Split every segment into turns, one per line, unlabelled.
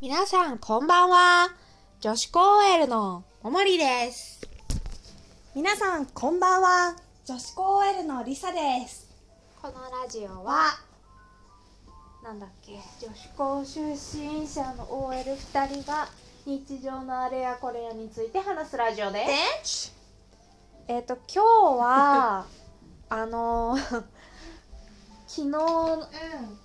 皆さんこんばんは女子高 OL のももりです
皆さんこんばんは女子高 OL のりさです
このラジオはなんだっけ女子高出身者の OL2 人が日常のあれやこれやについて話すラジオで
ですち
えっ、と今日 はあの昨日
う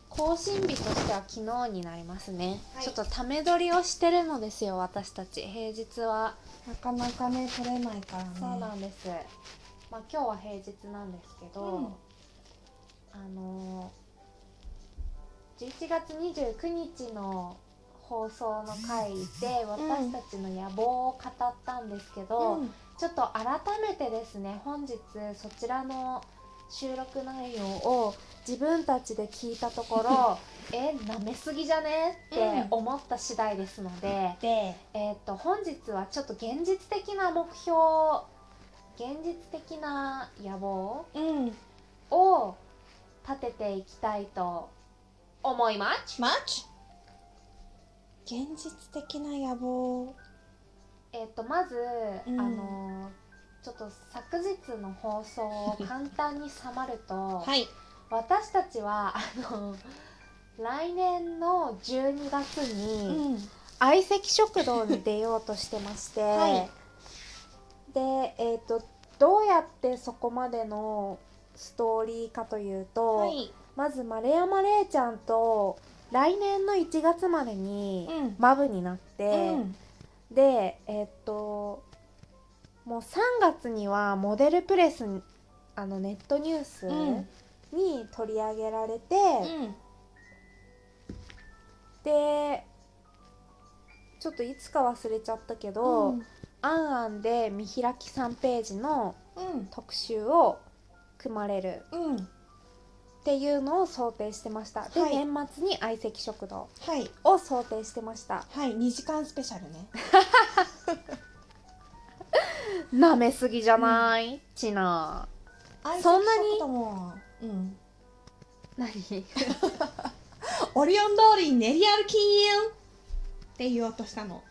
更新日としては昨日になりますね、
はい
ちょっとため撮りをしてるのですよ私たち平日は
んなかなかね取れないからね
そうなんです。まあ今日は平日なんですけど、
うん
あのー、11月29日の放送の回で私たちの野望を語ったんですけど、
うん
ちょっと改めてですね本日そちらの収録内容を自分たちで聞いたとこ ろえなめすぎじゃねって思った次第ですので。
で
えー、と本日はちょっと現実的な目標現実的な野望
うん
を立てていきたいと思います。
マッチ現実的な野望
えー、とまず、
うん
あのちょっと昨日の放送を簡単に収まる と、
い
私たちはあの来年の12月
う
に
ん
相席食堂に出ようとしてまして、
は
で、えー、とどうやってそこまでのストーリーかというと、
はい
まず丸山礼ちゃんと来年の1月までに
うん
マブになって、でえーっともう3月にはモデルプレスにあのネットニュース
うん
に取り上げられて、
うん
でちょっといつか忘れちゃったけど「あんあん」で見開き3ページの
うん
特集を組まれる
うん
っていうのを想定してましたで、
はい
年末に相席食堂
はい
を想定してました
はい二時間スペシャルね
なめすぎじゃない、ちなそ
そ
ん
ん
な
な
に
にもうん
何
オリオン通りに練り歩きって言おうとしたの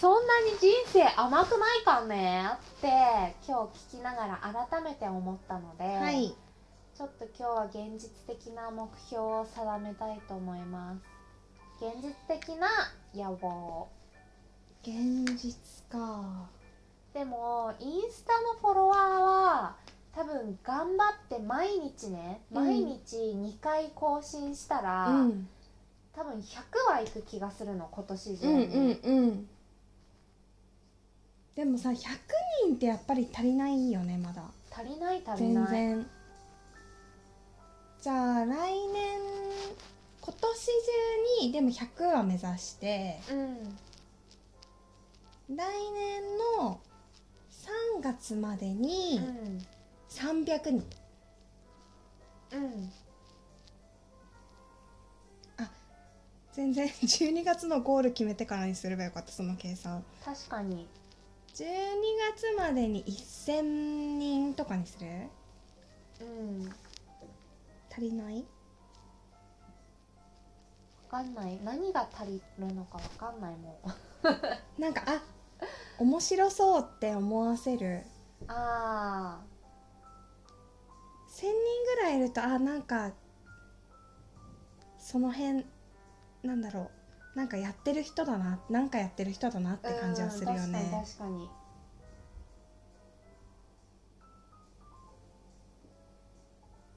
そんなに人生甘くないかねって今日聞きながら改めて思ったので、
はい
ちょっと今日は現実的な目標を定めたいと思います現実的な野望
現実か
でもインスタのフォロワーは多分頑張って毎日ね
うん
毎日2回更新したら、
うん
多分100はいく気がするの今年中
うん
に、
うんうんでもさ100人ってやっぱり足りないよねまだ
足りない足り
全
ない
然じゃあ来年今年中にでも100は目指して
うん
来年の3月までに
うん
300人
うん
全然 12月のゴール決めてからにすればよかったその計算
確かに
12月までに1000人とかにする
うん分
足りない
かんない何が足りるのか分かんないもう
なんかあ面白そうって思わせる
あ
1,000人ぐらいいるとあなんかその辺なんだろうなんかやってる人だななんかやってる人だな
ー
って感じはするよ
うん確かに
ね。
確かに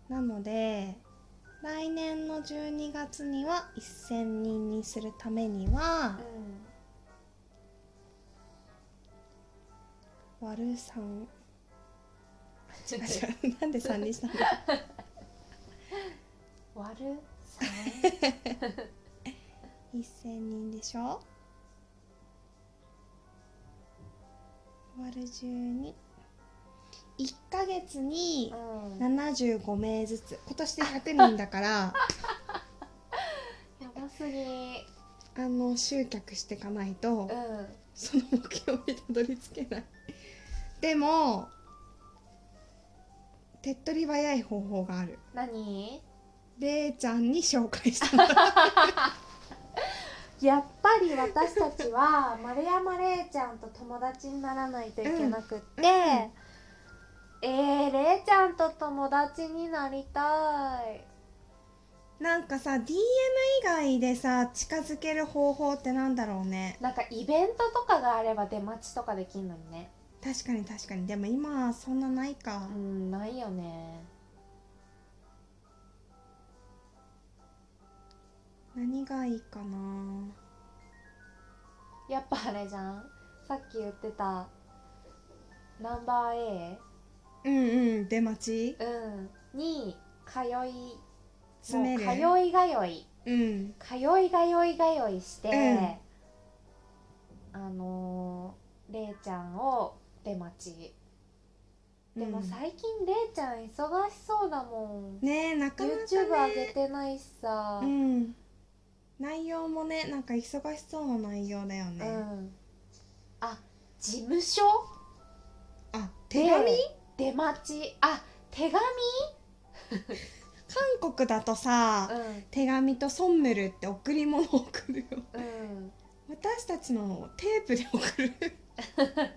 なので来年の12月には1,000人にするためには
うん
割る3違 う違うなんで3にしたんだ
割る
1,000人でしょ割る12 1ヶ月に
3? うん
75名ずつ今年で100人だから
やばすぎ
あの集客していかないと
うん
その目標にたどり着けないでも手っ取り早い方法がある
何
れいちゃんに紹介したの
やっぱり私たちは丸山れいちゃんと友達にならないといけなくって、
うんうん
えー、れいちゃんと友達になりたい
なんかさ DM 以外でさ近づける方法ってなんだろうね
なんかイベントとかがあれば出待ちとかできんのにね
確かに確かにでも今はそんなないか
うんないよね
何がいいかな
やっぱあれじゃんさっき言ってたナンバー
うんうん出待ち
A、うん、に通い
詰める
もう通いがよい
うん
通いがよいがよいして、
え
あのー、れいちゃんを出待ちでも
うん
最近れいちゃん忙しそうだもん、
ねえなかなか、ね、
YouTube 上げてないしさ
うん内容もねなんか忙しそうな内容だよね、
うんあ事務所
あ
で
手紙
出待ちあ手紙
韓国だとさ、
う
手紙とソンムルって贈り物を送るよ
んう ん
私たちのテープで送る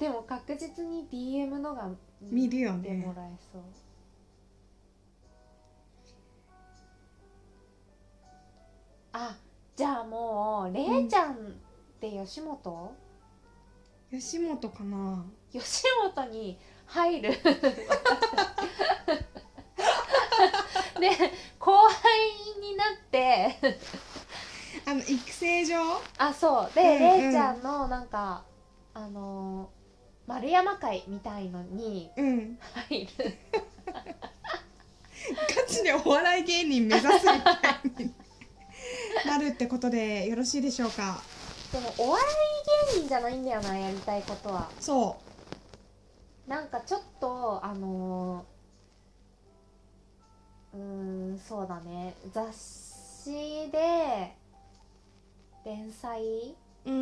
でも確実に DM のが
見るよ
見て
ね
もらえそうあじゃあもうれいちゃんって吉本、
吉本かな
吉本に入る で後輩になって
あの育成上
あそうで、
うんうん
れいちゃんのなんかあのー丸山会みたいのに
うん
入る
ガチでお笑い芸人目指すみたいになるってことでよろしいでしょうか
でもお笑い芸人じゃないんだよなやりたいことは
そ
なんかちょっとあのー、うーんそうだね雑誌で連載
うう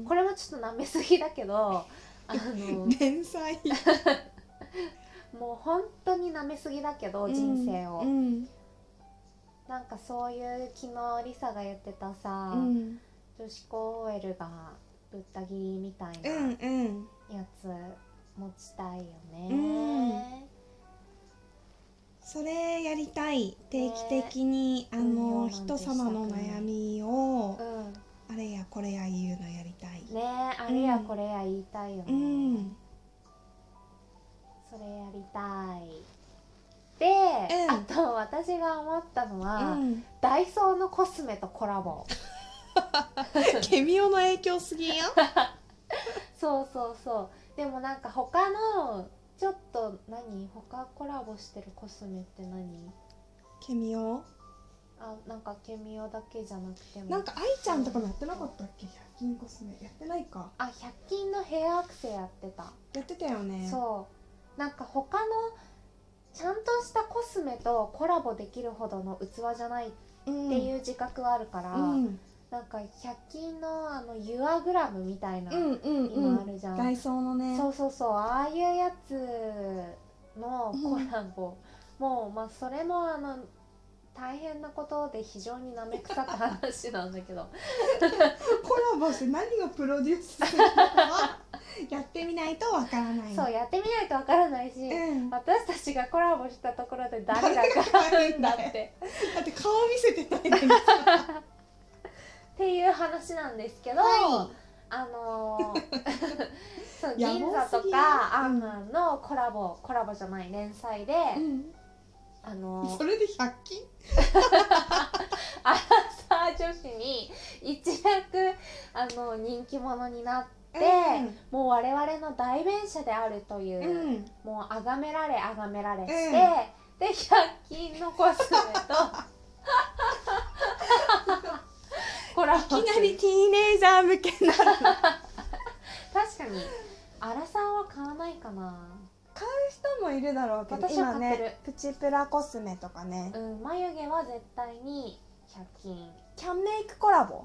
ん
これもちょっと舐めすぎだけどあの
連載
もう本当に舐めすぎだけど人生を、
うん
なんかそういう昨日リサが言ってたさ、
うん
女子高 OL がぶった切りみたいな
うんうん
やつ持ちたいよね、
うんそれやりたい定期的に、あの、
うん
人様の悩みを、
うん
あれやこれや言うのやりたい、
ねえあれや
うん
これや言いたいよね、
うん
それやりたいで、
うん
あと私が思ったの
う
は、
ん、
ダイソーのコスメとコラ ボ
ケミオの影響すぎよ
そうそうそうでもなんか他のちょっと何他コラボしてるコスメって何
ケミオ
あなんかケミオだけじゃなくても
なんかアイちゃんとかもやってなかったっけ100均コスメやってないか
あ100均のヘアアクセやってた、
やってたよね
そうなんか他のちゃんとしたコスメとコラボできるほどの器じゃないっ
う、ん、
ていうう自覚はあるから、
ん、
なんか100均のあのユアグラムみたいな、
うんうんうん
今あるじゃん
ダイソーのね
そうそうそうああいうやつのコラボ、もうまあそれもあの大変なことで非常になめくさった話なんだけど
コラボして何をプロデュースするの かやってみないとわからない
そうやってみないとわからないし、
うん、だ
私たちがコラボしたところで誰が買うん だって
って顔見せてないのに
っていう話なんですけど、
は
あの ーそう
やばすぎ
銀座とかアンアンのコラボコラボじゃない連載で、
いうん
あのー
それで100均
アラサー女子に一躍あの人気者になって
で
もう我々の代弁者であるという、
うん、
もう崇められ崇められして、
うん
で100均のコスメ とコラボ
い
する
きなりティーンエイジャー向けなる
確かにアラサーは買わないかな
人もいるだろうけど
私は
今
買ってる
ねプチプラコスメとかね
うん眉毛は絶対に100均
キャンメイクコラボ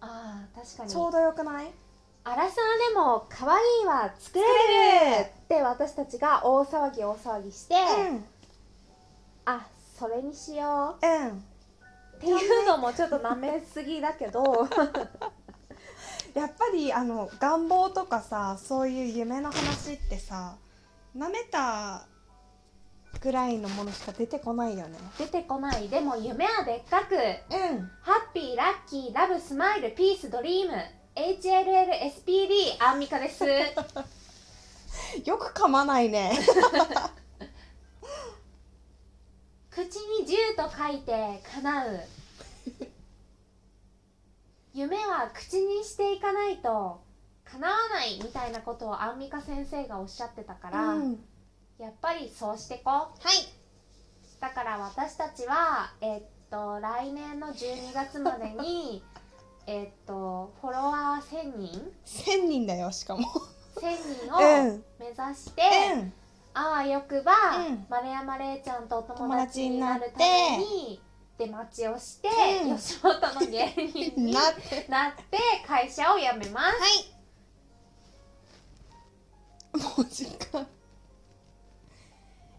あー確かに
ちょうどよくない
アラサーでも可愛いは作れるって私たちが大騒ぎ大騒ぎして、
うん
あそれにしよ
うん
うっていうのもちょっと舐めすぎだけど
やっぱりあの願望とかさそういう夢の話ってさなめたぐらいのものしか出てこないよね
出てこないでも夢はでっかく
うん
ハッピーラッキーラブスマイルピースドリーム HLLSPD アンミカです
よく噛まないね
口に10と書いて叶 う夢は口にしていかないと叶わないみたいなことをアンミカ先生がおっしゃってたから、
うん
やっぱりそうしてこう
はい
だから私たちはえっと来年の12月まで にえっとフォロワー1000人
1000人だよしかも
1000人
う
を
ん
目指して、
うん
あわよくば、
うん
丸山礼ちゃんとお友
友達
達
に
に
な
な
って
るために出待ちをして、
うん
吉本の芸人 に
なって
なって会社を辞めます
はいもう時間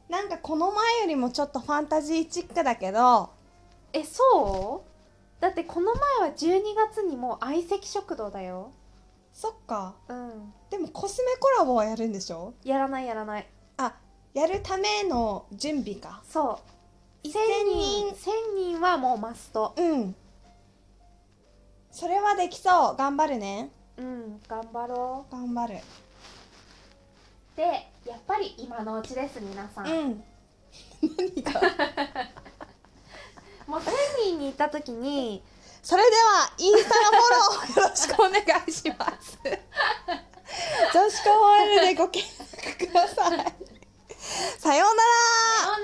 なんかこの前よりもちょっとファンタジーチックだけど
えそうだってこの前は12月にもう相席食堂だよ
そっか
うん
でもコスメコラボはやるんでしょ
やらないやらない
あやるための準備か
そう1000
1000
人
人
1000人はもうマスト
うんそれはできそう頑張るね
うん頑張ろ
頑張る
うでやっぱり今のうちです皆さん、
うん何が
もう1000人に行った時に
それではインスタのフォローよろしくお願いします女子高 OL でご検索くださいさようなら
さようなら